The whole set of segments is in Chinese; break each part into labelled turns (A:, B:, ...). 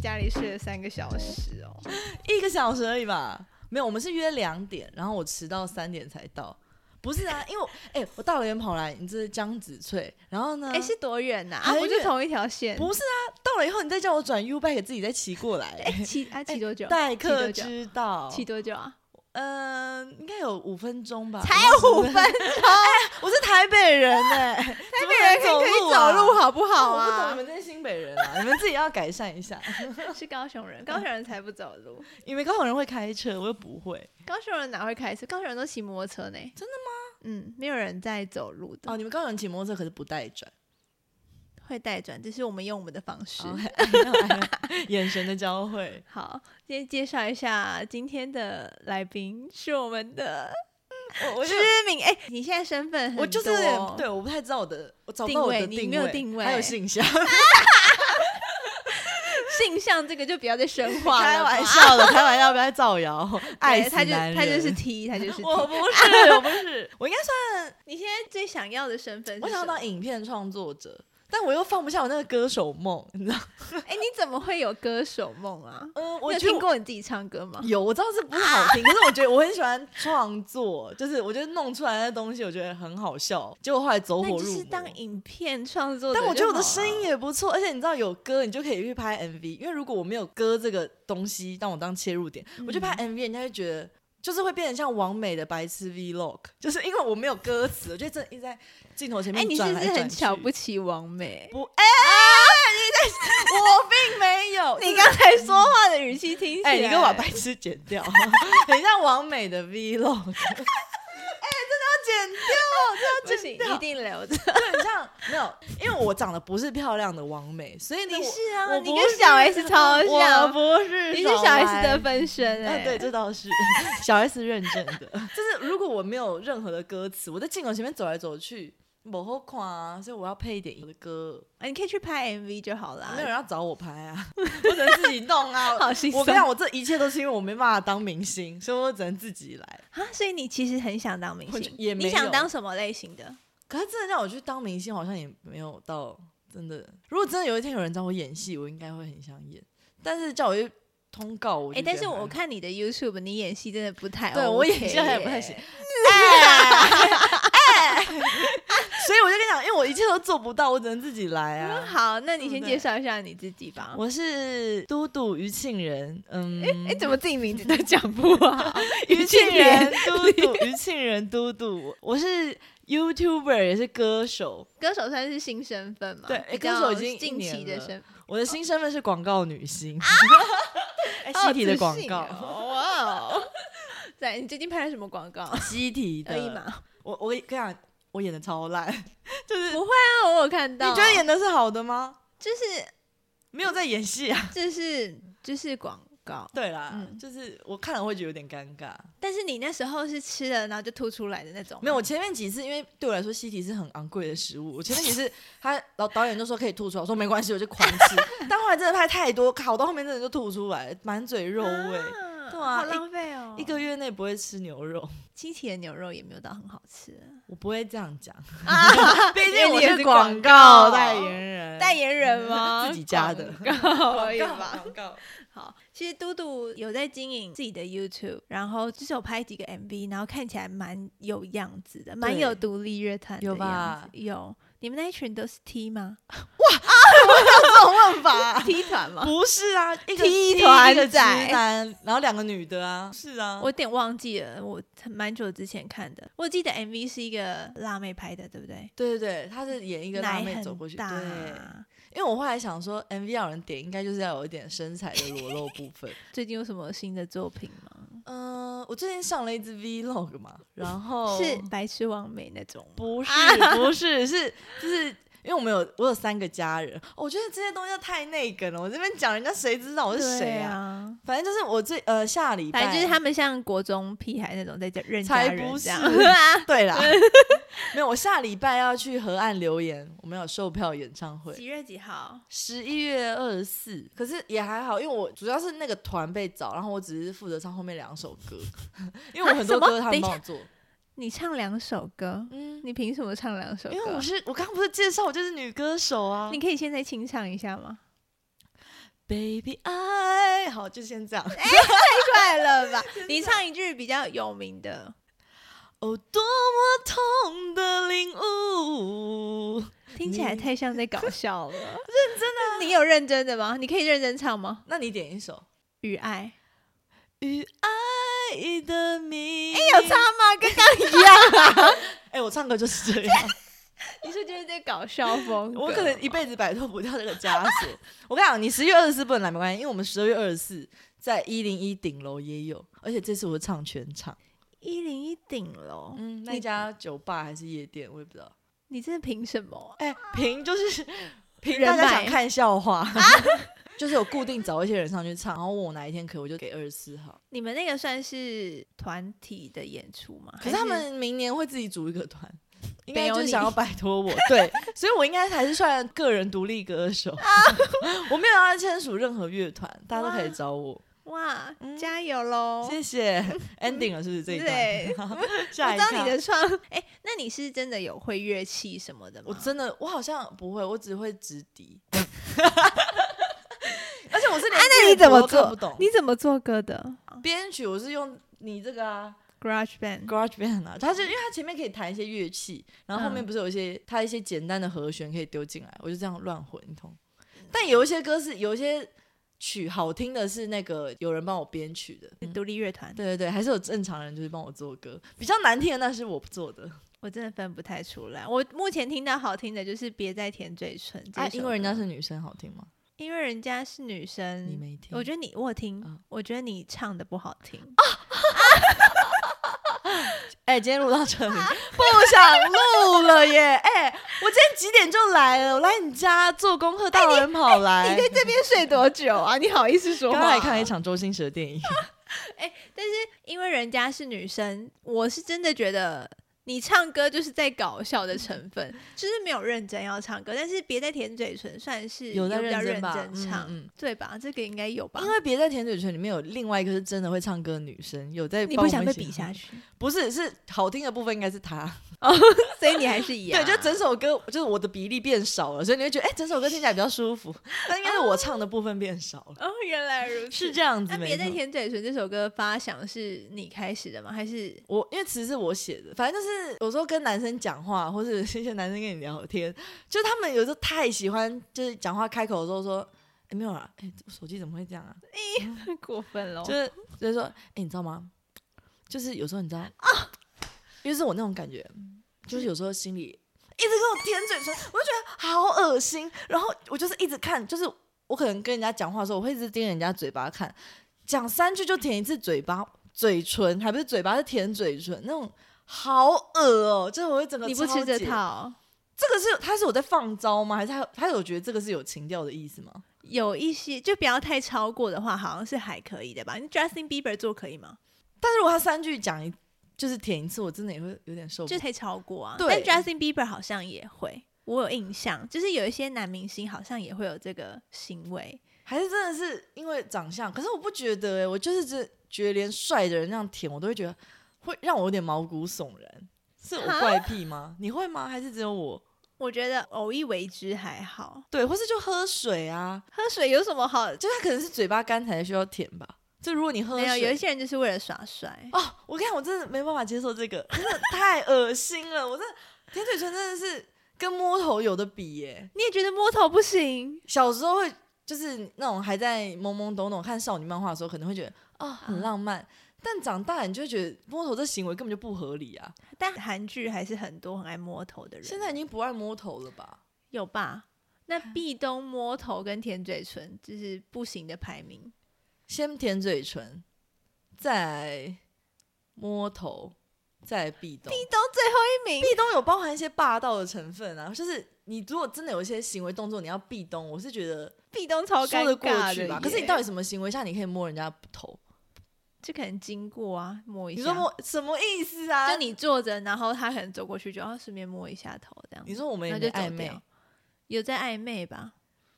A: 家里睡了三个小时哦。
B: 一个小时而已吧？没有，我们是约两点，然后我迟到三点才到。不 是啊，因为我哎、我大老远跑来，你这是江子翠，然后呢？
A: 哎、是多远呐、啊？
B: 很
A: 不就
B: 远
A: 同一条线？
B: 不是啊，到了以后你再叫我转 U bike，自己再骑 过来、
A: 骑啊骑多久？
B: 待
A: 骑多
B: 客
A: 久
B: 之道，
A: 骑多久 啊？
B: 嗯、应该有五分钟吧？
A: 才五分钟，
B: 我是台北人 哎、
A: 台
B: 台
A: 北人可以走路好不好
B: 啊哦我不
A: 啊？
B: 懂你们这些新北人啊， 你们自己要改善一下。
A: 是高雄人，高雄人才不走路，
B: 你们高雄人会开车，我又不会。
A: 高雄人哪会开车？高雄人都骑摩托车呢。
B: 真
A: 的吗？嗯，没有人在走路的，
B: 哦，你们高雄人骑摩托车可是不带转，
A: 会带转，这是我们用我们的方式。
B: 哦哎呀 哎呀眼神的交汇。
A: 好，今天介绍一下今天的来宾是我们的
B: 我我
A: 知
B: 就
A: 名哎、你现在身份很
B: 我就是有
A: 多
B: 点对，我不太知道我的，我找不到我的
A: 定位
B: 定
A: 你没有定位
B: 还有信箱，
A: 性向这个就不要再深化 了，
B: 开玩，笑的，开玩笑，不要再造谣， 爱
A: 哎，
B: 死
A: 他就
B: 男人
A: 他就是 T，他 就是 T。
B: 我不是， 我不是，我应该算，
A: 你现在最想要的身份是什么，
B: 我想要当影片创作者，但我又放不下我那个歌手梦，你 知道？
A: 哎，你怎么会有歌手梦啊？
B: 嗯，
A: 你
B: 我
A: 有
B: 觉得
A: 听
B: 我
A: 过你自己唱歌吗？
B: 有，我知道这不是好 听，可是我觉得我很喜欢创作，就是我觉得弄出来的东西，我觉得很好笑。结果后来走
A: 那
B: 火
A: 你
B: 入
A: 就
B: 魔，
A: 是当影片创作者就好啊
B: 但
A: 了，
B: 我觉得我的声音也不错，而且你知道有歌，你就可以去拍 MV。因为如果我没有歌这个东西让我当切入点，
A: 嗯
B: 我就拍 MV，人家就觉得就是会变成像王美的白痴 Vlog，就是因为我没有歌词，我就真的一直在镜头前
A: 哎，
B: 面
A: 你是
B: 转
A: 不
B: 来
A: 是
B: 转去。
A: 很瞧不起王美？
B: 不，哎、我并没有，
A: 你刚才说话的语气听起来，
B: 哎、你给我把白痴剪 掉，很像王美的 Vlog。哎、真的要剪
A: 不
B: 掉，
A: 行，一定留 着。
B: 对，很像没有，因为我长得不是漂亮的王美，所以
A: 你
B: 呢我
A: 是啊
B: 我
A: 你
B: 不
A: 跟
B: 是
A: 小 S 超
B: 我
A: 像
B: 不是，
A: 你是小 S 的。分身
B: 啊
A: 哎，，
B: 对，这倒是小 S 认证的。 就是如果我没有任何的歌词，我在镜头前面走来走去，我好看啊，所以我要配一点我的歌。
A: 啊你可以去拍 MV 就好啦
B: 没。有人要找我拍啊， 我只能自己弄 啊。
A: 好心酸
B: 我跟你讲，我这一切都是因为我没办法当明星，所以我只能自己来。
A: 啊，所以你其实很想当明
B: 我
A: 星，
B: 就也没
A: 你想
B: 有
A: 当什么类型的？
B: 可是真的让我去当明星，好像也没有到真的。如果真的有一天有人找我演戏，我应该会很想演。但是叫我去通告，我
A: 哎、
B: 就
A: 但是
B: 觉得
A: 我
B: 还
A: 看你的 YouTube，你演戏真的不太 OK 耶、。
B: 对我演戏好像也不太行 所以我就跟你讲，因为我一切都做不到，我只能自己来
A: 嗯。
B: 啊。
A: 好，那你
B: 对
A: 先
B: 不
A: 介
B: 对
A: 绍一下你自己吧。
B: 我是都督于庆人，嗯，
A: 哎、怎么自己名字都讲不好？
B: 于庆
A: 人
B: 人都督，于庆人都督，我是 YouTuber 也是歌手，
A: 歌手算是新身份嘛？
B: 对哎
A: 比
B: 歌
A: 较
B: 手已经一
A: 近期
B: 年
A: 的
B: 了
A: 身，
B: 我的新身份是广告女星， 哎
A: 好有
B: 西体的
A: 自
B: 广
A: 信
B: 告，
A: 啊哦哇哦！对，你最近拍了什么广 告？呃
B: 西体
A: 可以
B: 的，
A: 吗？
B: 我我跟你讲，我演的超烂， 就是
A: 不啊，我有看到。
B: 你觉得演的是好的吗？
A: 就是
B: 没有在演戏啊。
A: 嗯就是就是广告，
B: 对啦，
A: 嗯
B: 就是我看了会觉得有点尴尬。
A: 但是你那时候是吃了然后就吐出来的那种吗，
B: 没有，我前面几次因为对我来说西提是很昂贵的食物，我前面几次 他老导演就说可以吐出来，我说没关系，我就狂 吃。但后来真的拍太多，烤到后面真的就吐出来，满嘴肉味。
A: 啊
B: 对啊
A: 好
B: 一
A: 浪费哦。
B: 一个月内不会吃牛肉，
A: 亲戚的牛肉也没有到很好吃，
B: 我不会这样讲，
A: 啊，
B: 毕
A: 毕
B: 竟我是广告
A: 告
B: 代言人。
A: 代言人吗？
B: 呃 自己家的
A: 广告而
B: 广
A: 已
B: 告，
A: 吧。
B: 广告。
A: 好，其实嘟嘟有在经营自己的 YouTube，然后就是有拍几个 MV，然后看起来蛮有样子的，蛮有独立乐坛的
B: 有吧
A: 样子。有，你们那一群都是 T 吗
B: 啊这种问法、啊
A: ？T 团吗？
B: 不是啊，一个
A: T
B: 一
A: 团
B: 个直
A: 仔
B: 男，然后两个女的啊，是啊，
A: 我有点忘记了，我蛮久之前看的。我记得 MV 是一个辣妹拍的，对不对？
B: 对对对，他是演一个辣
A: 奶
B: 妹
A: 很
B: 走过去，对
A: 大，。
B: 因为我后来想说，MV 要有人点，应该就是要有一点身材的裸露部 分。
A: 最近有什么新的作品吗？
B: 嗯、我最近上了一支 Vlog 嘛， 然后
A: 是啊白痴王美那种吗？
B: 不是不是是就是因为我们有我有三个家人，哦我觉得这些东西都太内梗了，我这边讲人家谁知道我是谁
A: 对
B: 啊？
A: 啊？
B: 反正就是我最呃下礼拜，
A: 反正就是他们像国中屁孩那种在家认家
B: 才
A: 人
B: 不
A: 这样
B: 是
A: 啊。
B: 对 啦，没有，我下礼拜要去河岸留言，我们有售票演唱 会。
A: 几月几号？
B: 十一月二十四，可是也还好，因为我主要是那个团被找，然后我只是负责唱后面两首 歌，因为我很多
A: 啊什么
B: 歌他
A: 等一
B: 们
A: 下
B: 帮我做。
A: 你唱两首歌，
B: 嗯，
A: 你凭什么唱两首歌？
B: 因为我是我刚刚不是介绍我就是女歌手啊
A: 你。可以现在清唱一下吗？
B: Baby I，好，就先这样。
A: 快乐 吧！你唱一句比较有名的，
B: 哦，多么痛的领悟。
A: 听起来太像在搞笑 了。认真的、你啊有认真的吗？你可以认真唱吗？
B: 那你点一首
A: 与爱，
B: 与爱的名。哎
A: 有唱吗？跟刚
B: 哎、我唱歌就是这样，
A: 你是就是在搞笑风格
B: 我可能一辈子摆脱不掉这个枷锁。我跟你讲，你十月二十四不能来没关系，因为我们十二月二十四在一零一顶楼也有，而且这次我唱全场。
A: 一零一顶楼，
B: 嗯，那
A: 你
B: 家酒吧还是夜店，我也不知道。
A: 你这凭什么啊？
B: 哎、凭就是 凭
A: 人
B: 大家想
A: 脉
B: 看笑 话，就是有固定找一些人上去唱，然后问我哪一天可以，我就给二十四号。
A: 你们那个算是团体的演出吗？
B: 可是
A: 还
B: 他们明年会自己组一个团，应
A: 没
B: 该
A: 有
B: 就是
A: 你
B: 想要摆脱我，对， 所以我应该还是算个人独立歌手， 我没有要签署任何乐团，大家都可以找我，
A: 哇
B: 嗯，
A: 加油喽！
B: 谢谢。Ending 了是不是这一段？
A: 对，
B: 下
A: 我
B: 一
A: 知道你
B: 段。
A: 的创， 哎、那你是真的有会乐器什么的吗？
B: 我真的，我好像不会，我只会直笛， 而且我是连
A: 啊，那
B: 乐
A: 你怎
B: 谱
A: 么
B: 都
A: 做？
B: 看不懂。啊
A: 你怎么做歌的
B: 编曲我是用你这个啊
A: ？Garage Band。
B: ，Garage Band 啊，它是因为它前面可以弹一些乐器，然后后面
A: 嗯
B: 不是有一些它一些简单的和弦可以丢进来，我就这样乱混一通。但有一些歌是有一些曲好听的是那个有人帮我编曲的，嗯
A: 独立乐团，
B: 对对对，还是有正常人就是帮我做歌，比较难听的那是我做的，
A: 我真的分不太出来。我目前听到好听的就是《别再舔嘴唇》这
B: 啊，
A: 首
B: 因为人家
A: 歌
B: 是女生好听吗？
A: 因为人家是女生，
B: 你没听？
A: 我觉得你我有听，哦
B: 嗯
A: 我觉得你唱的不好听。
B: 哎、今天录到这里，
A: 啊
B: 不想录了耶！哎、我今天几点就来了？我来你家做功课，大老远跑来。
A: 哎你在这边睡多久 啊？你好意思说
B: 刚
A: 话、
B: 刚来看了一，场周星驰的电影，
A: 因为人家是女生，我是真的觉得你唱歌就是在搞笑的成
B: 嗯
A: 分，就是没有认真要唱歌。但是别再舔嘴唇，算是
B: 有在
A: 比较
B: 认真
A: 认
B: 吧嗯
A: 唱，
B: 嗯
A: 对吧？这个应该有吧？
B: 因为别在甜嘴唇里面有另外一个是真的会唱歌的女生，有在
A: 你
B: 帮
A: 不
B: 我
A: 想
B: 们
A: 被
B: 一起
A: 比下，去，
B: 不是是好听的部分应该是她。
A: 所以你还是一样。
B: 对，就整首歌就是我的比例变少了，所以你会觉得哎、整首歌听起来比较舒服，但应该是我唱的部分变少 了，
A: 哦，原来如此。
B: 是这样子
A: 那
B: 没
A: 别再
B: 错
A: 舔嘴唇这首歌发想是你开始的吗？还 是
B: 我因为词是我写的，反正就是有时候跟男生讲话，或是一 些男生跟你聊天，就是他们有时候太喜欢，就是讲话开口的时候说，哎、没有啊，哎、我手机怎么会这样啊？
A: 太过分了
B: 就是就是说，哎、你知道吗？就是有时候你知道啊，因为是我那种感觉，就是有时候心里一直跟我舔嘴唇，我就觉得好恶心。然后我就是一直看，就是我可能跟人家讲话的时候，我会一直盯着人家嘴巴看，讲三句就舔一次嘴巴、嘴唇，还不是嘴巴是舔嘴唇那种。好恶哦、就是我会整个
A: 你不
B: 超
A: 吃这
B: 解
A: 套，
B: 这个是他是有在放招吗？还是他他有觉得这个是有情调的意思吗？
A: 有一些就不要太超过的话，好像是还可以的吧？你 Justin Bieber 做可以吗？
B: 但是如果他三句讲一就是舔一次，我真的也会有点受不了。
A: 就太超过啊。
B: 对
A: 但 Justin Bieber 好像也会，我有印象，就是有一些男明星好像也会有这个行为。
B: 还是真的是因为长相，可是我不觉得哎、我就是只觉得连帅的人那样舔，我都会觉得会让我有点毛骨悚然。是我
A: 哈
B: 怪癖吗？你会吗？还是只有我？
A: 我觉得偶一为之还好，
B: 对，或是就喝水啊，
A: 喝水有什么好？
B: 就他可能是嘴巴干才需要舔吧。就如果你喝
A: 没有，
B: 水，
A: 有一些人就是为了耍帅。
B: 哦，我跟你讲，我真的没办法接受这个，真的太恶心了。我真的舔嘴唇真的是跟摸头有的比耶、
A: 你也觉得摸头不行？
B: 小时候会就是那种还在懵懵懂懂看少女漫画的时候，可能会觉得啊、
A: 嗯
B: 很浪漫，但长大你就会觉得摸头这行为根本就不合理啊！
A: 但韩剧还是很多很爱摸头的人。
B: 现在已经不爱摸头了吧？
A: 有吧？那
B: 嗯
A: 壁咚摸头跟舔嘴唇就是不行的排名。
B: 先舔嘴唇，再摸头，再壁咚。
A: 壁咚最后一名，
B: 壁咚有包含一些霸道的成分啊，就是你如果真的有一些行为动作，你要壁咚，我是觉得
A: 壁咚超尴
B: 说得过
A: 尬
B: 去
A: 的
B: 吧。
A: 耶。
B: 可是你到底什么行为下你可以摸人家头？
A: 就可能经过啊，摸一下。
B: 你说摸什么意思啊？
A: 就你坐着，然后他可能走过去就哦，顺便摸一下头这样。
B: 你说我们也
A: 那
B: 没
A: 就走
B: 暧昧
A: 掉，，有在暧昧吧？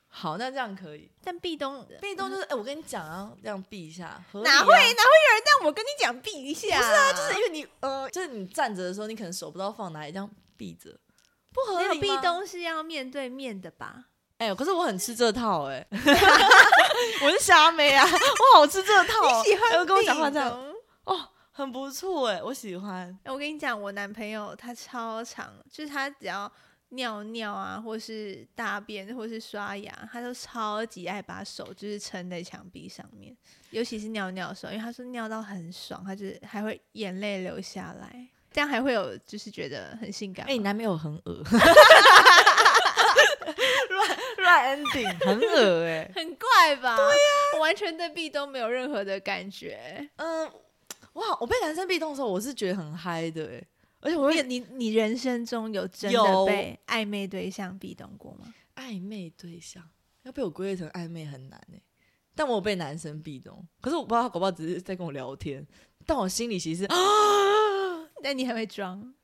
B: 好，那这样可以。
A: 但壁咚
B: 壁咚就是，哎、我跟你讲啊，这样避一下，合理啊
A: 哪会哪会有人让我跟你讲避一下？不是啊，
B: 就是因为你，呃，就是你站着的时候，你可能手不知道放哪里，这样避着，不合
A: 没有
B: 理
A: 壁
B: 吗？
A: 咚是要面对面的吧？
B: 哎、可是我很吃这套哎、 我是虾妹啊，我好吃这套哦、
A: 你喜欢
B: 哎跟我讲话
A: 那
B: 这样
A: 种
B: 哦，很不错哎、我喜欢。
A: 哎我跟你讲，我男朋友他超常，就是他只要尿尿啊，或是大便，或是刷牙，他都超级爱把手就是撑在墙壁上面，尤其是尿尿的时候，因为他说尿到很爽，他就是还会眼泪流下来，这样还会有就是觉得很性感
B: 哎、
A: 吗。
B: 你男朋友很恶， 乱乱 ending，很 恶哎、
A: 很怪吧？对呀、我完全对壁咚没有任何的感觉。
B: 嗯，我好，我被男生壁咚的时候，我是觉得很嗨的哎、而且我
A: 你
B: 会
A: 你你人生中有真
B: 有
A: 的被暧昧对象壁咚过吗？
B: 暧昧对象要被我归类成暧昧很难哎、但我有被男生壁咚，可是我不知道他搞不好只是在跟我聊天，但我心里其实
A: 那你还会装？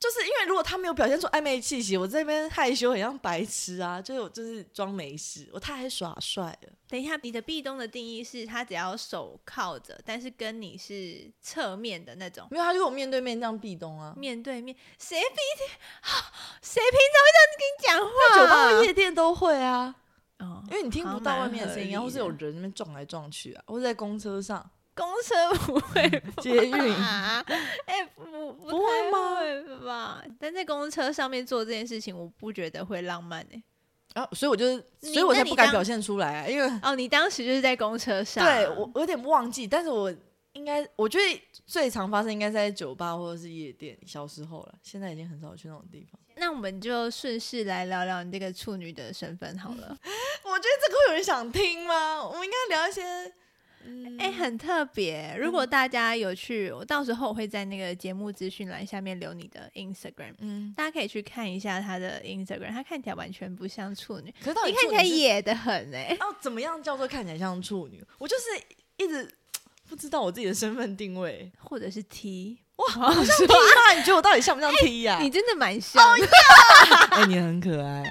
B: 就是因为如果他没有表现出暧昧气息，我这边害羞很像白痴啊，就是我就是装没事，我太爱耍帅了。
A: 等一下，你的壁咚的定义是他只要手靠着，但是跟你是侧面的那种，
B: 没有，他就跟我面对面这样壁咚啊。
A: 面对面。谁平 谁平常会这样跟你讲
B: 酒
A: 话？
B: 吧、夜店都会啊，
A: 哦，
B: 因为你听不到外面的声音啊，
A: 好蛮合理
B: 或是
A: 的
B: 有人那边撞来撞去啊，或者在公车 上、
A: 公车不会吧
B: 捷运。
A: 啊？ 哎、不不
B: 不会吗
A: 太会吧？但在公车上面做这件事情，我不觉得会浪漫哎、
B: 然后、所以我就是，
A: 你
B: 所以我才
A: 那你
B: 不敢
A: 当
B: 表现出来啊，因为
A: 哦，你当时就是在公车上，
B: 对我我有点忘记，但是我应该我觉得最常发生应该是在酒吧或者是夜店，小时候了，现在已经很少去那种地方。
A: 那我们就顺势来聊聊你这个处女的身份好了。
B: 我觉得这个会有人想听吗？我们应该聊一些，嗯，
A: 哎、很特别。如果大家有去，我到时候我会在那个节目资讯栏下面留你的 Instagram，
B: 嗯，
A: 大家可以去看一下她的 Instagram。她看起来完全不像处女，
B: 可是到底
A: 你看
B: 处
A: 起
B: 女
A: 来
B: 是
A: 野的很哎、
B: 要怎么样叫做看起来像处女？我就是一直不知道我自己的身份定位。
A: 或者是 T，
B: T 吗？你觉得我到底像不像 T 呀、
A: 你真的蛮像的，
B: 哎、你很可爱。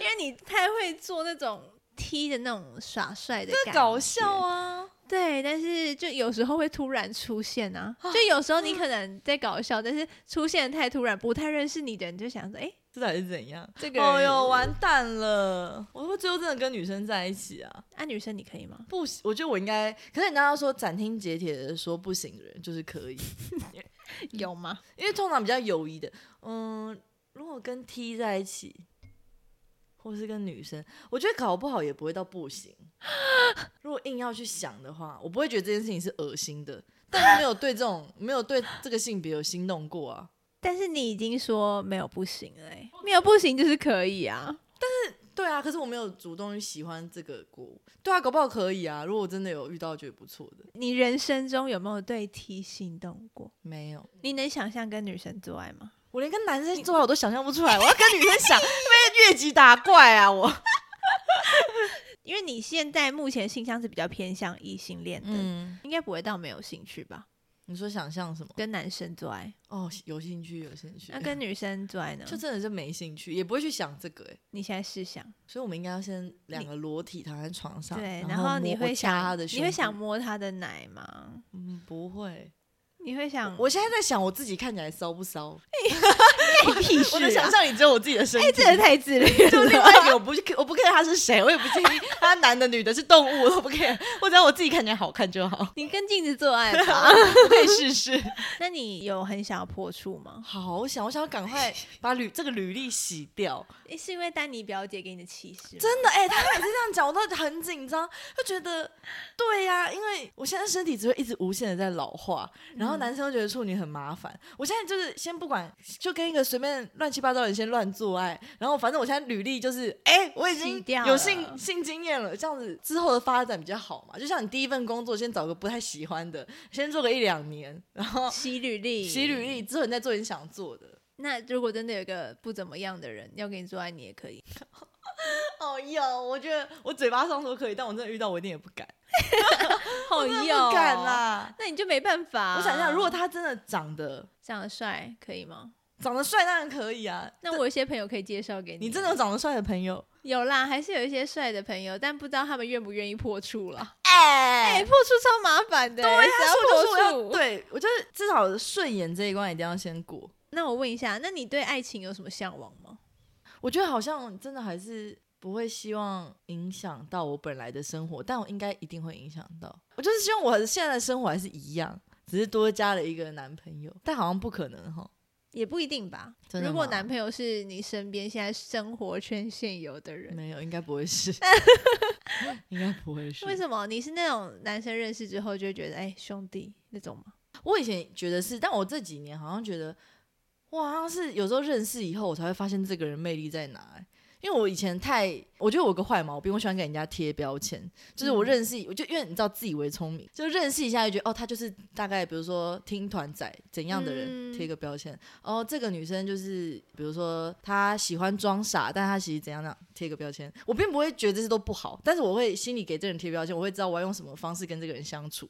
A: 因为 你太会做那种 T 的那种耍帅的感觉，
B: 搞笑啊！
A: 哦对，但是就有时候会突然出现啊，就有时候你可能在搞笑，但是出现得太突然，不太认识你的人就想说，哎、
B: 这到底是怎样？
A: 这个人，
B: 哦哟，完蛋了！我会不会最后真的跟女生在一起啊？
A: 啊，女生你可以吗？
B: 不行，我觉得我应该。可是人家要说斩钉截铁的说不行的人就是可以，
A: 有吗？
B: 因为通常比较友谊的，嗯，如果跟 T 在一起，或是跟女生，我觉得搞不好也不会到不 行。如果硬要去想的话，我不会觉得这件事情是恶心的，但是没有对这种没有对这个性别有心动过啊。
A: 但是你已经说没有不行了、欸，没有不行就是可以啊。
B: 对啊，可是我没有主动去喜欢这个过。对啊，搞不好可以啊。如果我真的有遇到觉得不错的，
A: 你人生中有没有对 T 心动过？
B: 没有。
A: 你能想象跟女生做爱吗？
B: 我连跟男生做爱我都想象不出来，我要跟女生 想，被越级打怪啊！我，
A: 因为你现在目前性向是比较偏向异性恋的，
B: 嗯，
A: 应该不会到没有兴趣吧？
B: 你说想象什么？
A: 跟男生做爱，
B: 哦，有兴趣，有兴趣。
A: 那跟女生做爱呢？
B: 就真的是没兴趣，也不会去想这个哎、
A: 你现在试想。
B: 所以我们应该要先两个裸体躺在床上，
A: 对，
B: 然
A: 后你
B: 摸
A: 会
B: 我掐他
A: 想，
B: 的
A: 你
B: 胸
A: 会
B: 部
A: 想，摸他的奶吗？
B: 嗯，不会。
A: 你会想，
B: 我现在在想我自己看起来骚不骚，
A: 干屁
B: 我的
A: 事、啊哎
B: 想？象里只有我自己的身体。
A: 这个太自恋
B: 就
A: 了。
B: 另外一个我不我不 care 他是谁，我也不介 意他男的女的是动物，我都不 care，我只要我自己看起来好看 就好，
A: 你跟镜子做爱吧？
B: 我可以试试。
A: 那你有很想要破处吗？
B: 好想，我想要赶 快把履这个履历洗掉。
A: 诶是因为丹尼表姐给你的启示吗？
B: 真的哎、他每次这样讲，我都很紧张，就觉得对呀、因为我现在身体只会一直无限的在老化，然后男生都觉得处女很麻烦。我现在就是先不管，就跟一个随便乱七八糟的人先乱做爱，然后反正我现在履历就是哎、我已
A: 洗
B: 经
A: 掉
B: 有
A: 了
B: 性性经验了，这样子之后的发展比较好嘛。就像你第一份工作，先找个不太喜欢的，先做个一两年，然后
A: 洗履历，
B: 洗履。历之后，你再做你想做的。
A: 那如果真的有一个不怎么样的人要跟你做爱，你也 可以。
B: 哦哟，我觉得我嘴巴上说可以，但我真的遇到我一定也不敢，
A: 好
B: 真的
A: 哟
B: 不敢！啦。
A: 那你就没办法哦啊、
B: 我想一下，如果他真的长得
A: 长得帅，可以吗？
B: 长得帅，当然可以啊。
A: 那我有一些朋友可以介绍给你。
B: 你真的有长得帅的朋友？
A: 有啦，还是有一些帅的朋友，但不知道他们愿不愿意破处了。哎、
B: 哎、
A: 破处超麻烦的、欸，
B: 对呀、
A: 谁
B: 所以我就说我
A: 要
B: 要
A: 破处。
B: 对我就是至少顺眼这一关一定要先过。
A: 那我问一下，那你对爱情有什么向往吗？
B: 我觉得好像真的还是不会希望影响到我本来的生活，但我应该一定会影响到。我就是希望我现在的生活还是一样，只是多加了一个男朋友，但好像不可能哈。
A: 也不一定吧。
B: 真的
A: 如果
B: 吗
A: 男朋友是你身边现在生活圈现有的人，
B: 没有，应该不会 是，应该不会是。
A: 为什么你是那种男生认识之后就会觉得哎、兄弟那种吗？
B: 我以前觉得是，但我这几年好像觉得，我好像是有时候认识以后，我才会发现这个人魅力在哪、欸因为我以前太，我觉得我有个坏毛病，我喜欢给人家贴标签。就是我
A: 嗯
B: 认识，我就因为你知道自以为聪明，就认识一下就觉得哦，她就是大概比如说听团仔怎样的人
A: 嗯
B: 贴个标签，哦，这个女生就是比如说她喜欢装傻，但她其实怎样怎样贴个标签。我并不会觉得这些都不好，但是我会心里给这人贴标签，我会知道我要用什么方式跟这个人相处。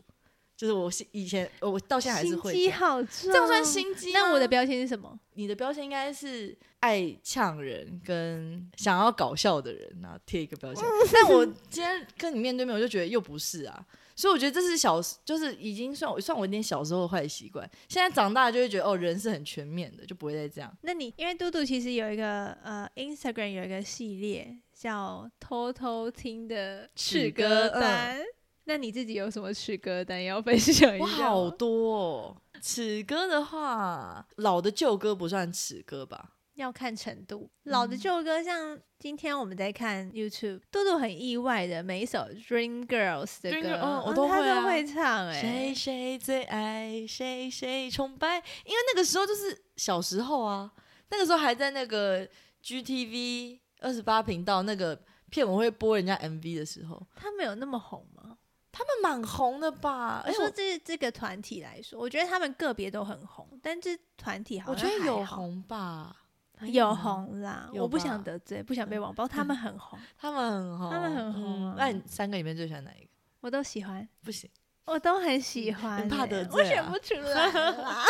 B: 就是我是以前呃我到现在还是
A: 心
B: 会
A: 机
B: 这样
A: 好重，
B: 这样算心机吗？
A: 那我的标签是什么？
B: 你的标签应该是爱呛人跟想要搞笑的人啊，贴一个 标签。但我今天跟你面对面，我就觉得又不是啊，所以我觉得这是小，就是已经算我算我一点小时候的坏习惯。现在长大就会觉得哦，人是很全面的，就不会再这样。
A: 那你因为嘟嘟其实有一个呃 Instagram 有一个系列叫“偷偷听”的
B: 吃
A: 吃
B: 歌
A: 歌单，那你自己有什么吃歌单要分享一
B: 我
A: 下
B: 好
A: 吗？
B: 多、哦。 齿歌的话，老的旧歌不算齿歌吧？
A: 要看程度，老
B: 嗯
A: 的旧歌像今天我们在看 YouTube，嘟嘟很意外的每一首 Dream Girls 的
B: Dream
A: 歌
B: Girl，，哦我
A: 嗯
B: 都
A: 他
B: 会啊
A: 都会唱哎、
B: 谁谁最爱谁谁崇拜，因为那个时候就是小时候啊，那个时候还在那个 GTV 二十八频道那个片尾会播人家 MV 的时候，
A: 他们有那么红吗？
B: 他们蛮红的吧？
A: 哎我
B: 而且
A: 说
B: 哎我
A: 这这个团体来说，我觉得他们个别都很红，但这团体好
B: 我
A: 像
B: 觉得
A: 还
B: 有
A: 好
B: 红吧，还
A: 有
B: 吗，
A: 红啦，
B: 有
A: 我不想
B: 吧
A: 得罪，不想被网暴，他们很 红，
B: 他们很红，嗯
A: 他们很红啊
B: 那你三个里面最喜欢哪一个？
A: 我都喜欢，
B: 不行，
A: 我都很喜欢欸、
B: 怕得
A: 我
B: 罪
A: 选
B: 啊
A: 不出 来啦。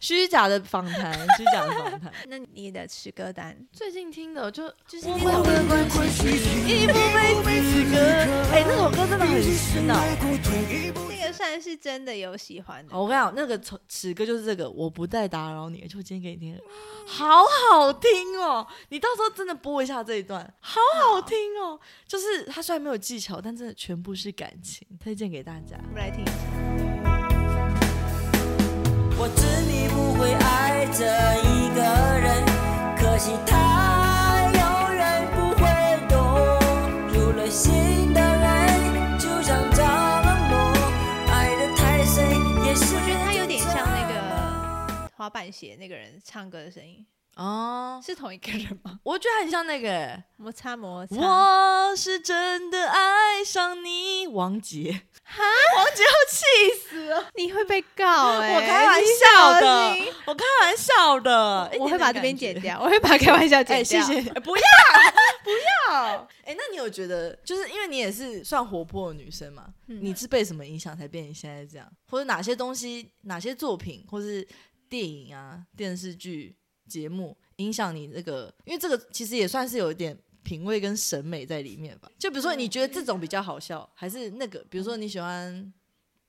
B: 虚假的访 谈，虚假的访谈。
A: 那你的吃歌 单
B: 最近听的就
A: 就是
B: 我
A: 那
B: 们
A: 种
B: 的关系，一不被此歌。哎、那首歌真的很洗脑。
A: 那个算是真的有喜欢的
B: 好，我跟你讲，那个词词歌就是这个，我不再打扰你，就我今天给你听，好好听哦！你到时候真的播一下这一段，好好听哦。就是它虽然没有技巧，但真的全部是感情，推荐给大家。
A: 我们来听一下。
C: 我知你不会爱这一个人，可惜他有人不会懂。有了心的人，就像着了魔，爱得太深也是。
A: 我觉得他有点像那 个滑板鞋那个人唱歌的声音，
B: 哦，
A: 是同一个人吗？
B: 我觉得很像那个、欸
A: 摩擦摩擦，
B: 我是真的爱上你，王杰。
A: 你会被 告哎、
B: 我开玩
A: 你
B: 笑
A: 小
B: 的
A: 心，
B: 我开玩笑的，一
A: 我会
B: 点点
A: 把这边
B: 哎感觉
A: 剪。掉，我会把开玩笑
B: 哎、
A: 剪
B: 谢
A: 掉。
B: 谢，哎不要 不要。哎、那你有觉得，就是因为你也是算活泼的女生嘛，
A: 嗯
B: 你是被什么影响才变成现在这样？或者哪些东西、哪些作品，或是电影啊、电视剧、节目影响你这个？因为这个其实也算是有一点。品味跟审美在里面吧，就比如说你觉得这种比较好笑，还是那个？比如说你喜欢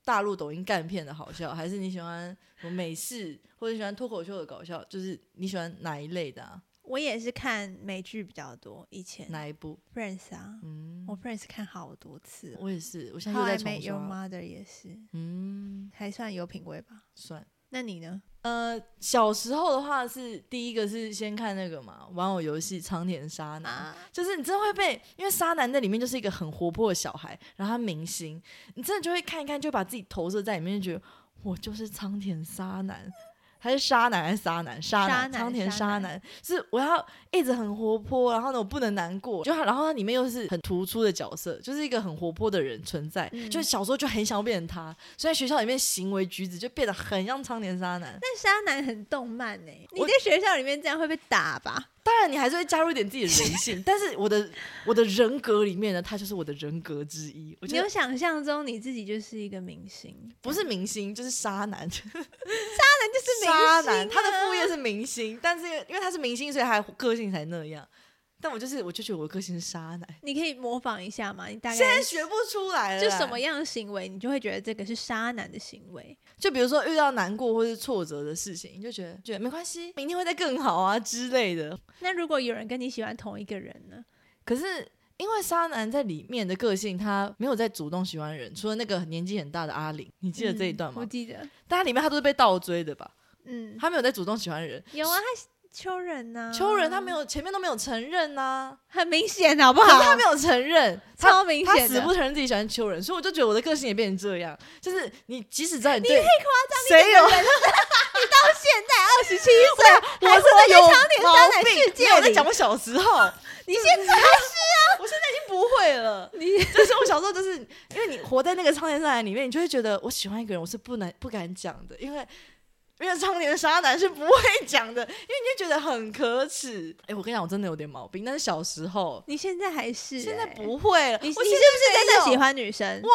B: 大陆抖音干片的好笑，还是你喜欢什么美式，或者喜欢脱口秀的搞笑？就是你喜欢哪一类的、啊？
A: 我也是看美剧比较多，以前
B: 哪一部？
A: Friends 啊，
B: 嗯，
A: 我 Friends 看好多次哦。
B: 我也是，我现在
A: How
B: 又
A: I
B: 在
A: Met
B: 重
A: Your
B: 刷。
A: Mother 也是，
B: 嗯，
A: 还算有品味吧。
B: 算。
A: 那你呢？
B: 呃，小时候的话是第一个是先看那个嘛，玩偶游戏《苍田沙男》
A: 啊，
B: 就是你真的会被，因为沙男那里面就是一个很活泼的小孩，然后他明星，你真的就会看一看，就把自己投射在里面，就觉得我就是苍田沙男，还是沙男还是沙男沙
A: 沙
B: 男
A: 男
B: 苍田
A: 沙
B: 沙
A: 男
B: 男，是我要一直很活泼，然后呢我不能难过，就他然后他里面又是很突出的角色，就是一个很活泼的人存在，
A: 嗯
B: 就小时候就很想要变成他，所以在学校里面行为举止就变得很像苍田沙男。
A: 但渣男很动漫呢、你
B: 我
A: 在学校里面这样会被打吧？
B: 当然，你还是会加入一点自己的人 性，但是我的我的人格里面呢，他就是我的人格之一。我
A: 你
B: 觉
A: 有
B: 得
A: 想象中你自己就是一个明星？
B: 不是明星，就是沙男，就是
A: 那
B: 啊
A: 就是明星、
B: 沙男，他的副业是明星，但是因为因为他是明星，所以他个性才那样。但我就是我就觉得我的个性是沙奶，
A: 你可以模仿一下嘛，你大
B: 现在
A: 概
B: 学不出来了啦。
A: 就什么样的行为，你就会觉得这个是渣男的行为。
B: 就比如说遇到难过或是挫折的事情，你就觉得觉得没关系，明天会再更好啊之类的。
A: 那如果有人跟你喜欢同一个人呢？
B: 可是因为沙男在里面的个性，他没有在主动喜欢人，除了那个年纪很大的阿玲，你记得这一段吗？
A: 嗯我记得，
B: 但他里面他都是被倒追的吧？
A: 嗯，啊
B: 他没有在主动喜欢人。
A: 有啊，他秋人呐、
B: 秋人他没，有前面都没有承 认呐、
A: 很明显，好不
B: 可是他
A: 好
B: 没？有承认，他
A: 超明
B: 他
A: 显
B: 死
A: 的
B: 不，承认自己喜欢秋人，所以我就觉得我的个性也变成这样，就是你即使知道你对，你太夸张，谁有？
A: 到现在二十七岁，
B: 我
A: 还
B: 是在
A: 活
B: 有
A: 在苍井
B: 毛
A: 山奶
B: 病
A: 世界
B: 没有我在
A: 里
B: 讲我小时候，
A: 你现在啊
B: 我现在已经不会了。
A: 你
B: 就是我小时候，就是因为你活在那个苍田沙男里面，你就会觉得我喜欢一个人，我是不能不敢讲的，因为因为苍田沙男是不会讲的，因为你就觉得很可耻。哎、我跟你讲，我真的有点毛病，但是小时候，
A: 你现在还是、
B: 现在
A: 欸
B: 不会了。
A: 你你是
B: 我
A: 不
B: 现
A: 是
B: 在
A: 真
B: 没有
A: 的喜？欢女生
B: 我？没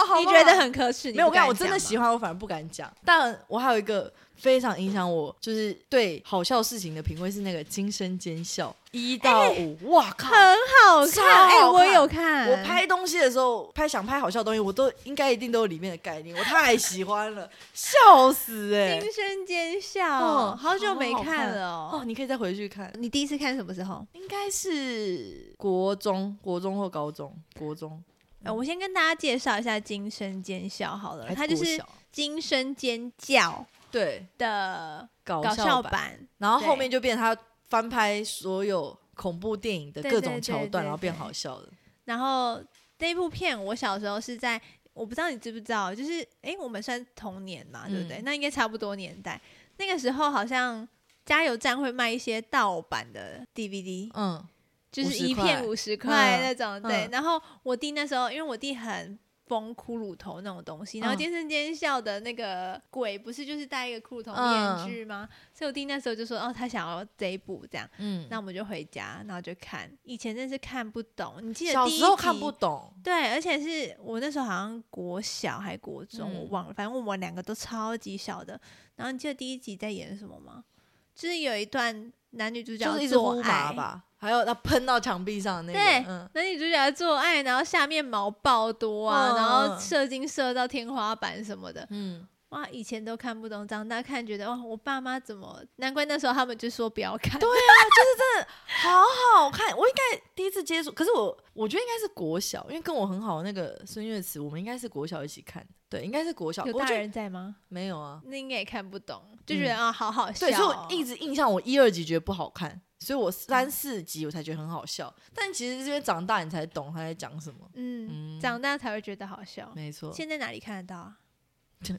B: 有，好
A: 你
B: 不好
A: 觉得很可耻？你
B: 没有，我
A: 不
B: 跟
A: 敢
B: 你讲，我真的
A: 讲
B: 喜
A: 吗。
B: 欢，我反而不敢讲。但我还有一个非常影响我，就是对好笑事情的品味是那个《惊声尖笑》一到五，
A: 哎
B: 哇靠！
A: 很好
B: 超
A: 看，哎、
B: 好
A: 我
B: 看
A: 有看，
B: 我拍东西的时候，拍想拍好笑的东西，我都应该一定都有里面的概念，我太喜 欢了，笑死哎、
A: 惊声尖笑，
B: 哦
A: 好久
B: 好
A: 没
B: 好看
A: 了
B: 哦，嗯
A: 哦。
B: 你可以再回去看，
A: 你第一次看什么时候？
B: 应该是国中、国中或高中、国中，
A: 呃，我先跟大家介绍一下惊声尖笑好了，
B: 还
A: 它就
B: 国
A: 是
B: 小
A: 惊声尖叫
B: 对
A: 的
B: 搞
A: 搞
B: 笑
A: 笑
B: 版，
A: 版，
B: 然后后
A: 对
B: 面就变他翻拍所有恐怖电影的
A: 对
B: 各
A: 对
B: 种桥
A: 对
B: 段，
A: 对
B: 然后变
A: 对
B: 好笑的。
A: 然后那部片我小时候是在，我不知道你知不知道，就是诶，我们算童年嘛，对不对？
B: 嗯
A: 那应该差不多年代。那个时候好像加油站会卖一些盗版的 DVD，
B: 嗯，
A: 就是
B: 50
A: 一片
B: 块
A: 五十块
B: 嗯
A: 那种。对
B: 嗯，
A: 然后我弟那时候，因为我弟很。疯骷髅头那种东西，然后
B: 嗯
A: 尖声尖笑的那个鬼不是就是戴一个骷髅头面
B: 嗯
A: 具吗？所以我弟那时候就说，哦，他想要这一部这样，
B: 嗯，
A: 那我们就回家，然后就看。以前真是看不懂，你记得
B: 小
A: 第一
B: 时候看
A: 集
B: 不懂，
A: 对，而且是我那时候好像国小还国中，我
B: 嗯
A: 忘了，反正我们两个都超级小的。然后你记得第一集在演什么吗？就是有一段男女主角
B: 就是一直
A: 做
B: 呼麻
A: 爱，
B: 吧，还有他喷到墙壁上的那
A: 对
B: 个，嗯，
A: 男女主角做爱，然后下面毛爆多啊，
B: 嗯
A: 然
B: 嗯
A: 后射精射到天花板什么的，
B: 嗯，
A: 哇，以前都看不懂，长大看觉得哇，我爸妈怎么？难怪那时候他们就说不要看，对，
B: 啊好好看。我应该第一次接触，可是我我觉得应该是国小，因为跟我很好的那个孙悦慈，我们应该是国小一起看，对，应该是国小。
A: 有
B: 我
A: 大
B: 觉得
A: 人在吗？
B: 没有啊，
A: 那应该也看不懂，就觉得、啊，好好笑、哦。
B: 对，所以我一直印象我一二集觉得不好看，所以我
A: 嗯
B: 三四集我才觉得很好笑。但其实这边长大你才懂他在讲什么，
A: 嗯，
B: 嗯
A: 长大才会觉得好笑。
B: 没错，
A: 现在哪里看得到啊？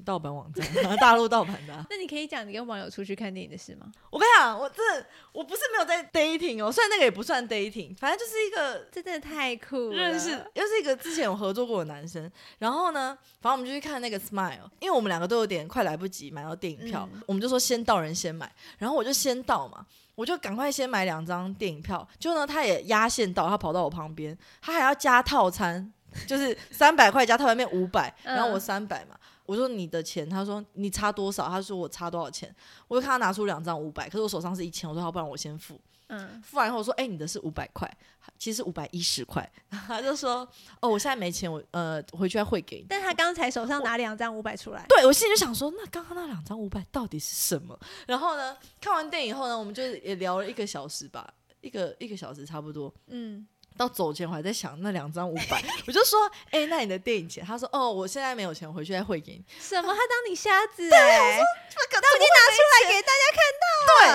B: 盗版网站， 大陆盗版的啊、
A: 那你可以讲你跟网友出去看电影的事 吗？
B: 我跟你讲，我真的我不是没有在 dating 哦，虽然那个也不算 dating，反正就是一个
A: 这真的太酷了！
B: 认识，又是一个之前有合作过的男生。然后呢，反正我们就去看那个 Smile，因为我们两个都有点快来不及买到电影票，
A: 嗯
B: 我们就说先到人先买。然后我就先到嘛，我就赶快先买两张电影票。结果呢，他也压线到，他跑到我旁边，他还要加套餐，就是三百块加套餐变五百，
A: 嗯
B: 然后我三百嘛。我说你的钱，他说你差多少？他说我差多少钱？我就看他拿出两张五百，可是我手上是一千，我说要不然我先付。
A: 嗯，
B: 付完后我说：“哎、你的是五百块，其实五百一十块。” 然后他就说：“哦，我现在没钱，我呃回去再汇给你。
A: 但他刚才手上拿两张五百出来”，
B: 对，我心里就想说，那刚刚那两张五百到底是什么？然后呢，看完电影后呢，我们就也聊了一个小时吧，一个一个小时差不多。
A: 嗯，
B: 到走前我还在想那两张五百，我就说：“哎、那你的电影钱？”他说：“哦，我现在没有钱，回去再汇给你。欸
A: 什么？他当你瞎子哎、
B: 那个”
A: 都已经拿出来给大家看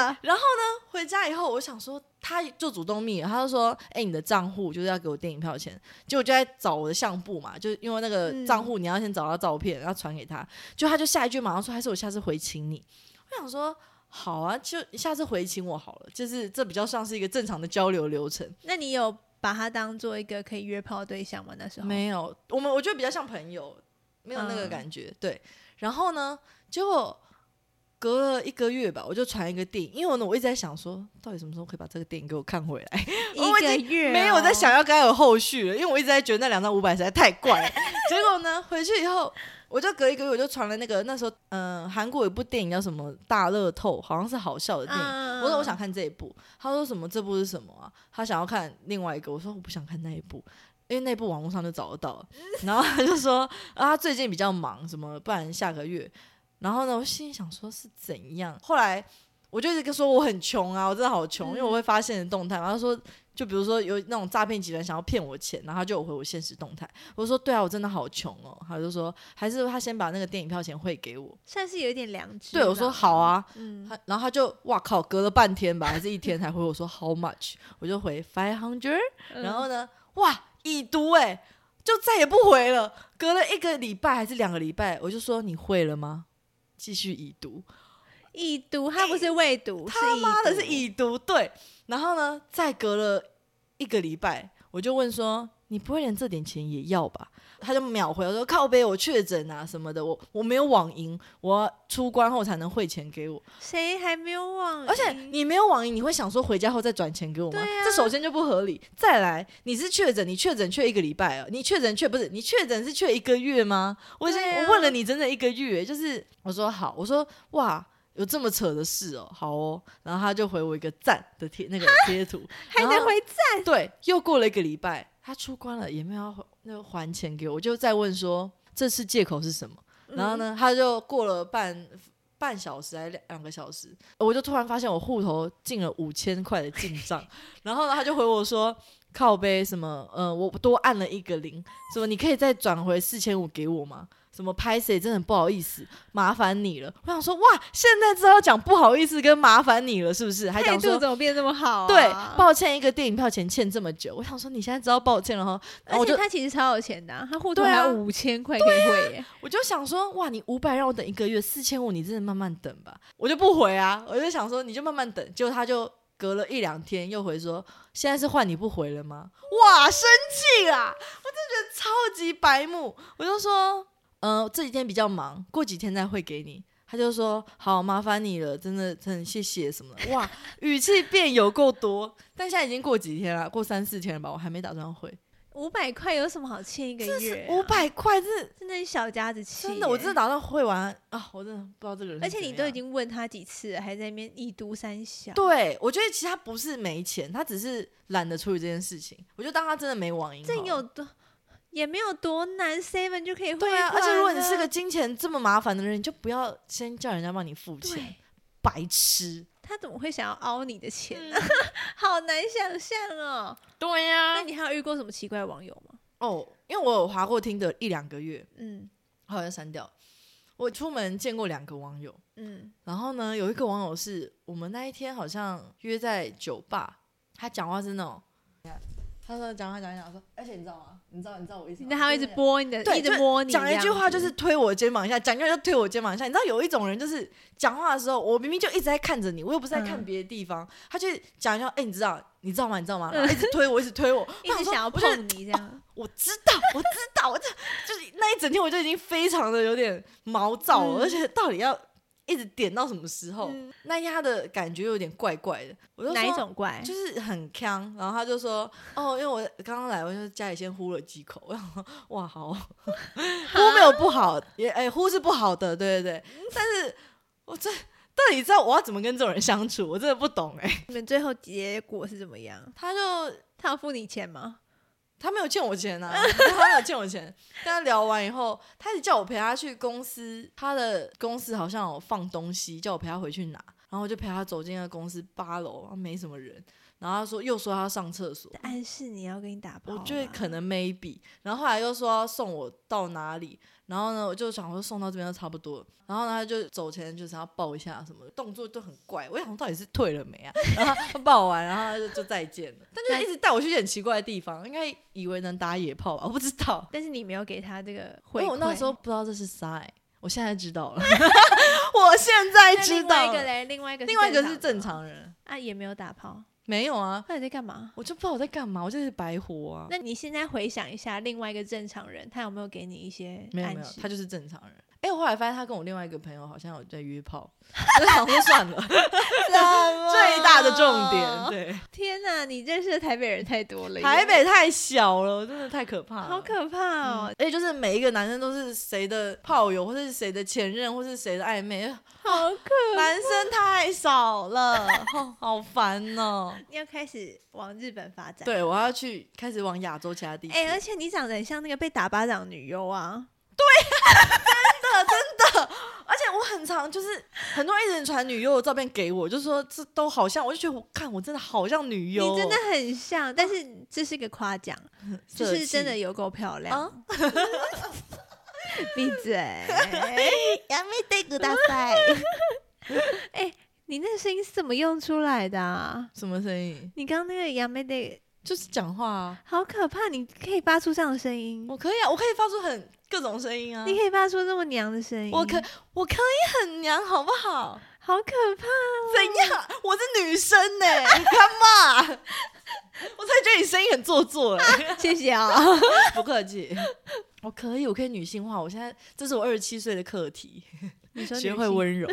A: 到了。
B: 然后呢，回家以后，我想说，他就主动密了，他就说：“哎、你的账户就是要给我电影票钱。”结果就在找我的相簿嘛，就是因为那个
A: 嗯
B: 账户你要先找到照片，然后传给他。就他就下一句马上说：“还是我下次回请你。”我想说。好啊，就下次回请我好了，就是这比较像是一个正常的交流流程。
A: 那你有把他当做一个可以约炮的对象吗？那时候
B: 没有，我们我觉得比较像朋友，没有那个
A: 嗯
B: 感觉。对，然后呢，结果隔了一个月吧，我就传一个电影，因为呢，我一直在想说，到底什么时候可以把这个电影给我看回来。
A: 一
B: 我已
A: 个
B: 经
A: 月、哦
B: 没有在想，要该有后续了，因为我一直在觉得那两张五百实在太怪了。结果呢，回去以后，我就隔一个呃月我就传了那个那时候，嗯、韩国有部电影叫什么《大乐透》，好像是好笑的电影。
A: 嗯，嗯
B: 我说我想看这一部，他说什么这部是什么啊？他想要看另外一个，我说我不想看那一部，因为那部网络上就找得到了。然后他就说啊，他最近比较忙，什么不然下个月。然后呢，我心里想说是怎样？后来我就一直跟说我很穷啊，我真的好穷，因为我会发现的动态嘛。然后说就比如说有那种诈骗集团想要骗我钱，然后他就有回我现实动态，我说对啊，我真的好穷哦。他就说还是他先把那个电影票钱汇给我。
A: 算是有一点良知吧。
B: 对我说好啊，
A: 嗯，
B: 他然后他就哇靠，隔了半天吧，还是一天才回我说 how much，我 就回 five hundred，
A: 嗯，
B: 然后呢，哇，已读哎、就再也不回了。隔了一个礼拜还是两个礼拜，我就说你会了吗？继续已读，
A: 已读，他不是未读，
B: 他妈的是
A: 已
B: 已读对。然后呢，再隔了一个礼拜，我就问说你不会连这点钱也要吧？他就秒回我说靠背我确诊啊什么的，我我没有网银，我要出关后才能汇钱给我。
A: 读，谁还没有网银？
B: 而且你没有网银，你会想说回家后再转钱给我
A: 嗯
B: 吗？
A: 对啊
B: 这首先就不合理。再来，你是确诊，你确诊确一个礼拜哦，你确诊确不是你确诊是确一个月吗？我已经、
A: 对啊
B: 我问了你整整一个月，就是我说好，我说哇。有这么扯的事哦，好哦，然后他就回我一个赞的贴那个贴 图，
A: 还
B: 然
A: 得
B: 后
A: 回赞，
B: 对，又过了一个礼拜，他出关了，也没有要还那个还钱给我，我就再问说这次借口是什么？
A: 嗯
B: 然后呢，他就过了半半小时还是两两个小时，我就突然发现我户头进了五千块的进 账，然后呢，他就回我说。靠背什么？呃，我多按了一个零，什么你可以再转回四千五给我吗？什么拍谁真的很不好意思，麻烦你了。我想说，哇，现在知道讲不好意思跟麻烦你了，是不是？还
A: 嗯，
B: 讲
A: 态
B: 说
A: 度怎么变这么好啊？
B: 对，抱歉，一个电影票钱欠这么久，我想说你现在知道抱歉了哈，然
A: 而
B: 后我
A: 且
B: 就
A: 他其实超有钱的啊，他户头
B: 对
A: 还
B: 啊
A: 有五千块可以汇耶。
B: 我就想说，哇，你五百让我等一个月，四千五你真的慢慢等吧，我就不回啊，我就想说你就慢慢等，结果他就隔了一两天又回说，现在是换你不回了吗？哇，生气啦！我真的觉得超级白目，我就说，呃，这几天比较忙，过几天再会给你。他就说好，麻烦你了，真的很谢谢什么的，哇，语气变有够多，但现在已经过几天了，过三四天了吧，我还没打算回。
A: 五百块有什么好欠一个月、啊？
B: 五百块是
A: 真的是小家子气耶、
B: 真的，我真的打算会玩啊！我真的不知道这个人是
A: 而
B: 怎
A: 且
B: 么样，
A: 你都已经问他几次了，还在那边一读三小。
B: 对我觉得其实他不是没钱，他只是懒得处理这件事情。我就当他真的没网银好
A: 这
B: 了，
A: 有多也没有多难，seven 就可以汇
B: 对啊！
A: 款
B: 而且如果你
A: 了
B: 是个金钱这么麻烦的人，你就不要先叫人家帮你付钱
A: 对，，
B: 白痴！
A: 他怎么会想要凹你的钱呢、
B: 嗯
A: 好难想象哦。
B: 对呀
A: 那你还有遇过什么奇怪的网友吗？
B: 哦，因为我有划过听的一两个月，
A: 嗯
B: 后来就删掉了。我出门见过两个网友，
A: 嗯，
B: 然后呢，有一个网友是我们那一天好像约在酒吧，他讲话是那种，他说讲话讲一讲说，而且你知道吗？你知道你知道我意思吗？
A: 嗯那他会一直
B: 就是
A: 拨你的，
B: 对，
A: 一直
B: 就
A: 摸你，
B: 讲一句话就是。推我肩膀一下，讲一句话就推我肩膀一下。你知道有一种人就是讲话的时候，我明明就一直在看着你，我又不是在看
A: 嗯
B: 别的地方，他就讲一下，哎、你知道，你知道吗？你知道吗？然后一直推我，一直推 我，
A: 嗯一直
B: 我
A: 想要
B: 说我就
A: 碰你这样，
B: 我知道，我知道，我这就是那一整天我就已经非常的有点毛躁了，
A: 嗯
B: 而且到底要一直点到什么时候？
A: 嗯
B: 那天他的感觉有点怪怪的，哦我就说
A: 哪一？种怪？
B: 就是很呛，然后他就说：“哦，因为我刚刚来，我就家里先呼了几口。” 我想说：“哇，好，呼没有不好，也哎、呼是不好的，对对对。”但是，我这到底知道我要怎么跟这种人相处？我真的不懂哎、
A: 你们最后结果是怎么样？
B: 他就
A: 他有付你钱吗？
B: 他没有欠我钱啊，他没有欠我钱。跟他聊完以后，他一直叫我陪他去公司，他的公司好像有放东西，叫我陪他回去拿。然后我就陪他走进了公司八楼，然后没什么人。然后他说又说他要上厕所，
A: 暗示你要跟你打炮
B: 我
A: 吧？
B: 觉得可
A: 哦
B: 能 maybe。然后后来又说要送我到哪里，然后呢我就想说送到这边就差不多了。然后呢他就走前就是要抱一下什么的，动作都很怪。我想到底是退了没啊？ 然后他抱完，然后他就就再见了。但就一直带我去一些很奇怪的地方，应该以为能打野炮吧？我不知道。
A: 但是你没有给他这个
B: 因
A: 回
B: 为
A: 馈。
B: 我那时候不知道这是 sign，我现在知 道了，我现在
A: 那
B: 知
A: 另
B: 道
A: 外一个
B: 了。
A: 嘞，另外一个
B: 另外一个
A: 的
B: 是正
A: 吗
B: 常人，
A: 啊，也没有打炮。
B: 没有啊，
A: 那你在干嘛？
B: 我就不知道我在干嘛，我就是白活啊。
A: 那你现在回想一下，另外一个正常人他有没有给你一些
B: 没有
A: 暗
B: 没有，
A: 示？
B: 他就是正常人。哎、我后来发现他跟我另外一个朋友好像有在约炮， 我就想说算了， 最大的重点，对，
A: 天哪，你认识的台北人太多了耶，
B: 台北太小了，真的太可怕了，嗯
A: 好可怕哦，
B: 而且就是每一个男生都是谁的炮友，或是谁的前任，或是谁的暧 昧，
A: 好可，
B: 男生太少了， 哦好烦 哦。
A: 你要开始往日本发展。，
B: 对，我要去开始往亚洲其他地区。
A: 哎，而且你长得很像那个被打巴掌的女优啊，
B: 而且我很常就是很多人一直传女优的照片给我，就说这都好像，我就觉得我看我真的好像女优哦、
A: 你真的很像，但是这是个夸奖，就
B: 色
A: 是真的
B: 气
A: 有够漂亮。 闭嘴！
B: やめてください。
A: 你那个声音是怎么用出来的啊？
B: 什么声音？
A: 你刚刚那个杨梅的
B: 就是讲话啊，
A: 好可怕！你可以发出这样的声音，
B: 我可以啊，我可以发出很各种声音啊
A: 你。可以发出这么娘的声音，
B: 我可我可以很娘，好不好？
A: 好可怕哦！
B: 怎样？我是女生呢、你干嘛？ 我才觉得你声音很做作 哎、
A: 谢谢 哦。
B: 不客气。我可以，我可以女性化。我现在这是我二十七岁的课题，
A: 你说
B: 学
A: 女
B: 会
A: 性
B: 温柔，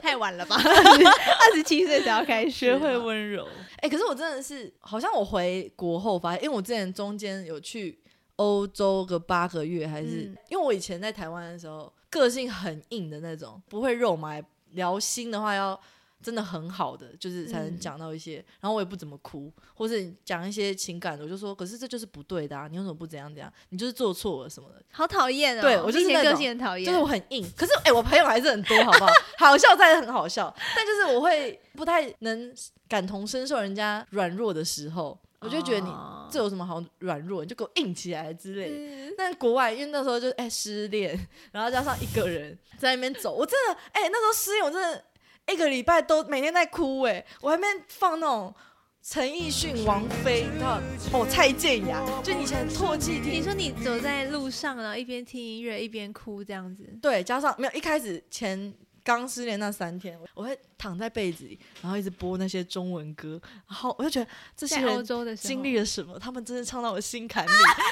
A: 太晚了吧？二十七岁才要开始哦
B: 学会
A: 吗
B: 温柔。啊哎、可是我真的是，好像我回国后发现，因为我之前中间有去欧洲个八个月，还是、
A: 嗯
B: 因为我以前在台湾的时候，个性很硬的那种，不会肉麻。聊心的话要。真的很好的，就是才能
A: 嗯
B: 讲到一些，然后我也不怎么哭，或是讲一些情感的，我就说，可是这就是不对的啊，你为什么不怎样怎样？你就是做错了什么的，
A: 好讨厌哦！
B: 对我就
A: 你
B: 是
A: 以前
B: 那
A: 个
B: 种
A: 性很讨厌，
B: 就是我很硬，可是哎、我朋友还是很多，好不好？好笑在很好笑，但就是我会不太能感同身受人家软弱的时候，我就觉得你
A: 哦
B: 这有什么好软弱，你就给我硬起来之类的。
A: 嗯
B: 但国外因为那时候就哎、失恋， 然后加上一个人在那边走，我真的哎、那时候失恋我真的一个礼拜都每天在哭哎、我还没放那种陈奕迅、王菲，你知道哦蔡健雅，就以前唾弃听
A: 你说你走在路上，然后一边听音乐一边哭这样子，
B: 对，加上没有一开始前刚失恋那三天，我会躺在被子里，然后一直播那些中文歌，然后我就觉得这些
A: 在欧
B: 人
A: 洲的时候啊哦
B: 经历了什么，他们真的唱到我心坎里，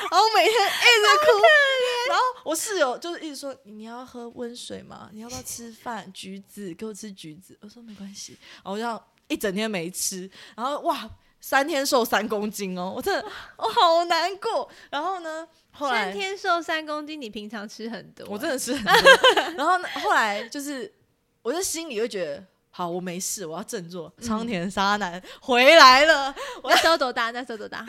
B: 然后每天一直哭。然后 我室友就是一直说你要喝温水吗？你要不要吃饭？橘子给我吃橘子。我说没关系，然后我就这样一整天没吃，然后哇。三天瘦三公斤哦，我真的我好难过。然后呢，后来
A: 三天瘦三公斤，你平常吃很多，
B: 我真的是 很多。然后呢后来就是，我在心里就觉得，好，我没事，我要振作。
A: 嗯
B: 苍田沙男回来了，
A: 那时候多大？那时候多大？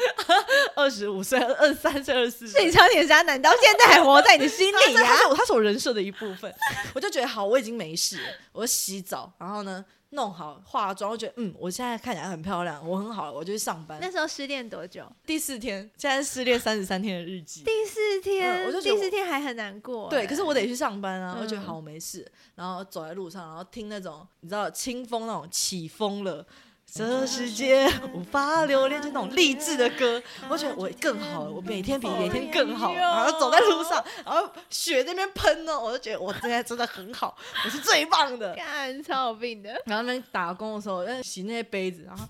B: 二十五岁、二十三岁、二十 四
A: 是
B: 岁。
A: 你超铁渣男到现在还活在你的心啊
B: 他
A: 里
B: 是
A: 呀、
B: 他是我他是我人设的一部分，我就觉得好，我已经没事了，我洗澡，然后呢弄好化妆，我觉得嗯，我现在看起来很漂亮，我很好了，我就去上班。
A: 那时候失恋多久？
B: 第四天，现在失恋三十三天的日 记，
A: 第四天，
B: 嗯我就觉得
A: 第
B: 我
A: 四天还很难过、欸
B: 对，可是我得去上班啊，
A: 嗯
B: 我觉得好我没事，然后走在路上，然后听那种你知道清风那种起风了。这世界无法留恋，就那种励志的歌，我觉得我更好了，我每嗯天比每天更好。然后走在路上，然后雪那边喷呢，我就觉得我现在真的很好，我是最棒的。
A: 干超有病的。
B: 然后那边打工的时候，在洗那些杯子，然后，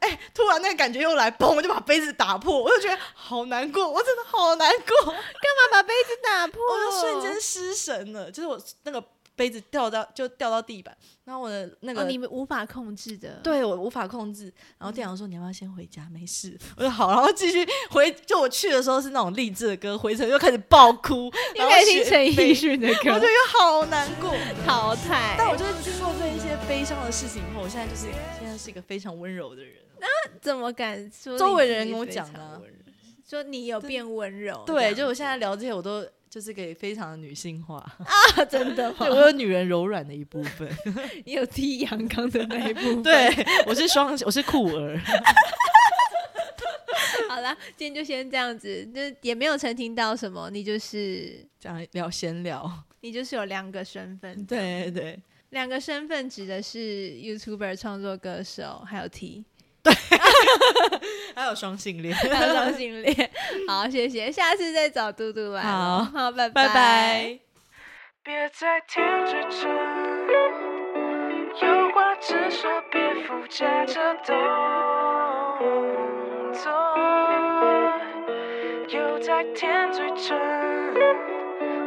B: 哎、突然那个感觉又来，嘣，我就把杯子打破，我就觉得好难过，我真的好难过。
A: 干嘛把杯子打破？
B: 我就瞬
A: 哦
B: 间失神了，就是我那个杯子掉到就掉到地板，然后我的那个、
A: 哦，你们无法控制的。，
B: 对我无法控制，然后店长说你要不要先回家，没事，我说好，然后继续回，就我去的时候是那种励志的歌，回程又开始爆哭，
A: 因
B: 然后
A: 为听
B: 学
A: 陈
B: 飞
A: 奕迅 的
B: 我就觉
A: 歌，
B: 得好难过。
A: 淘汰。
B: 但我就是经过这一些悲伤的事情以后，我现在就是现在是一个非常温柔的人。哦
A: 怎么敢说？
B: 周围人跟我讲的啊
A: 的，说你有变温柔。
B: 对，
A: 这
B: 就
A: 样
B: 我现在聊这些，我都就是给非常的女性化，
A: 啊真的吗
B: 对？我有女人柔软的一部分。
A: 你有踢阳刚的那一部分。
B: 对， 我是双，我是酷儿。
A: 好啦，今天就先这样子，就是也没有澄清到什么，你就是
B: 这样聊闲聊，
A: 你就是有两个身份，
B: 对对
A: 两个身份指的是 YouTuber 创作歌手，还有 T，
B: 对，还有双性恋，
A: 还有双性恋。好，谢谢，下次再找嘟嘟来哦。好，拜
B: 拜拜。
D: 别再天真着，有话直说，别附加着动作。又在天最真，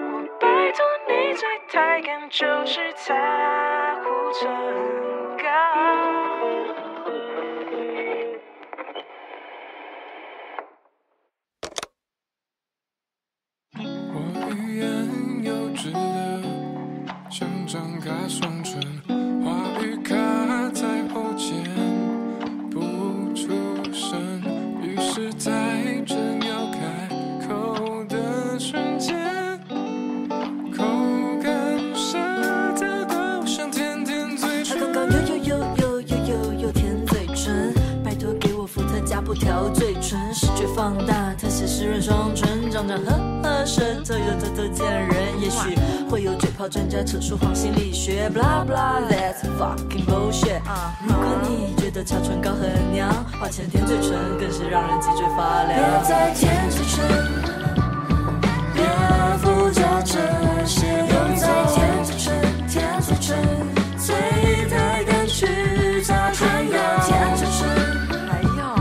D: 我拜托太赶就是他呼着很高。
C: 我欲言又止的想张开双唇，话语卡在喉间不出声，于是，在正要开口的瞬间，口干舌燥的我想舔舔嘴
B: 啊
C: 唇
B: 狗。狗呦呦呦呦呦呦呦舔嘴唇，拜托给我伏特加不调嘴唇，视觉放大特写湿润双唇，长长呵呵舌头又偷偷见人，也许会有嘴炮专家扯出黄心理学，blah blah that's fucking bullshit。如果你觉得擦唇膏很娘，花钱舔嘴唇更是让人脊椎发凉。别再舔嘴唇。别附加这些营造。天子唇，天子唇，最太敢去造传谣。天子唇，还要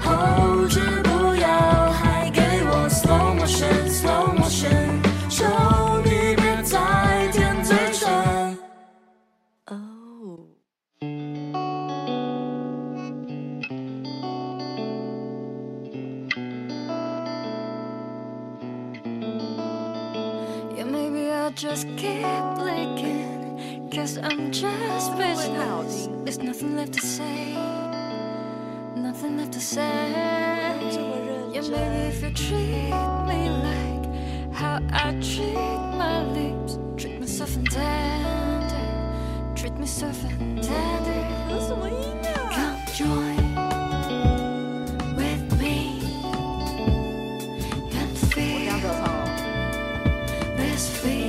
B: 后置不要，还给我 slow motion slow motion，求你别再舔嘴唇。哦。
E: Yeah, maybe I'll just keep blinking. Guess I'm just speechless. There's nothing left to say. Nothing left to say. Yeah, maybe if you treat me like how I treat my lips, treat myself and tender, treat myself and tender. Come join with me and feel this feeling.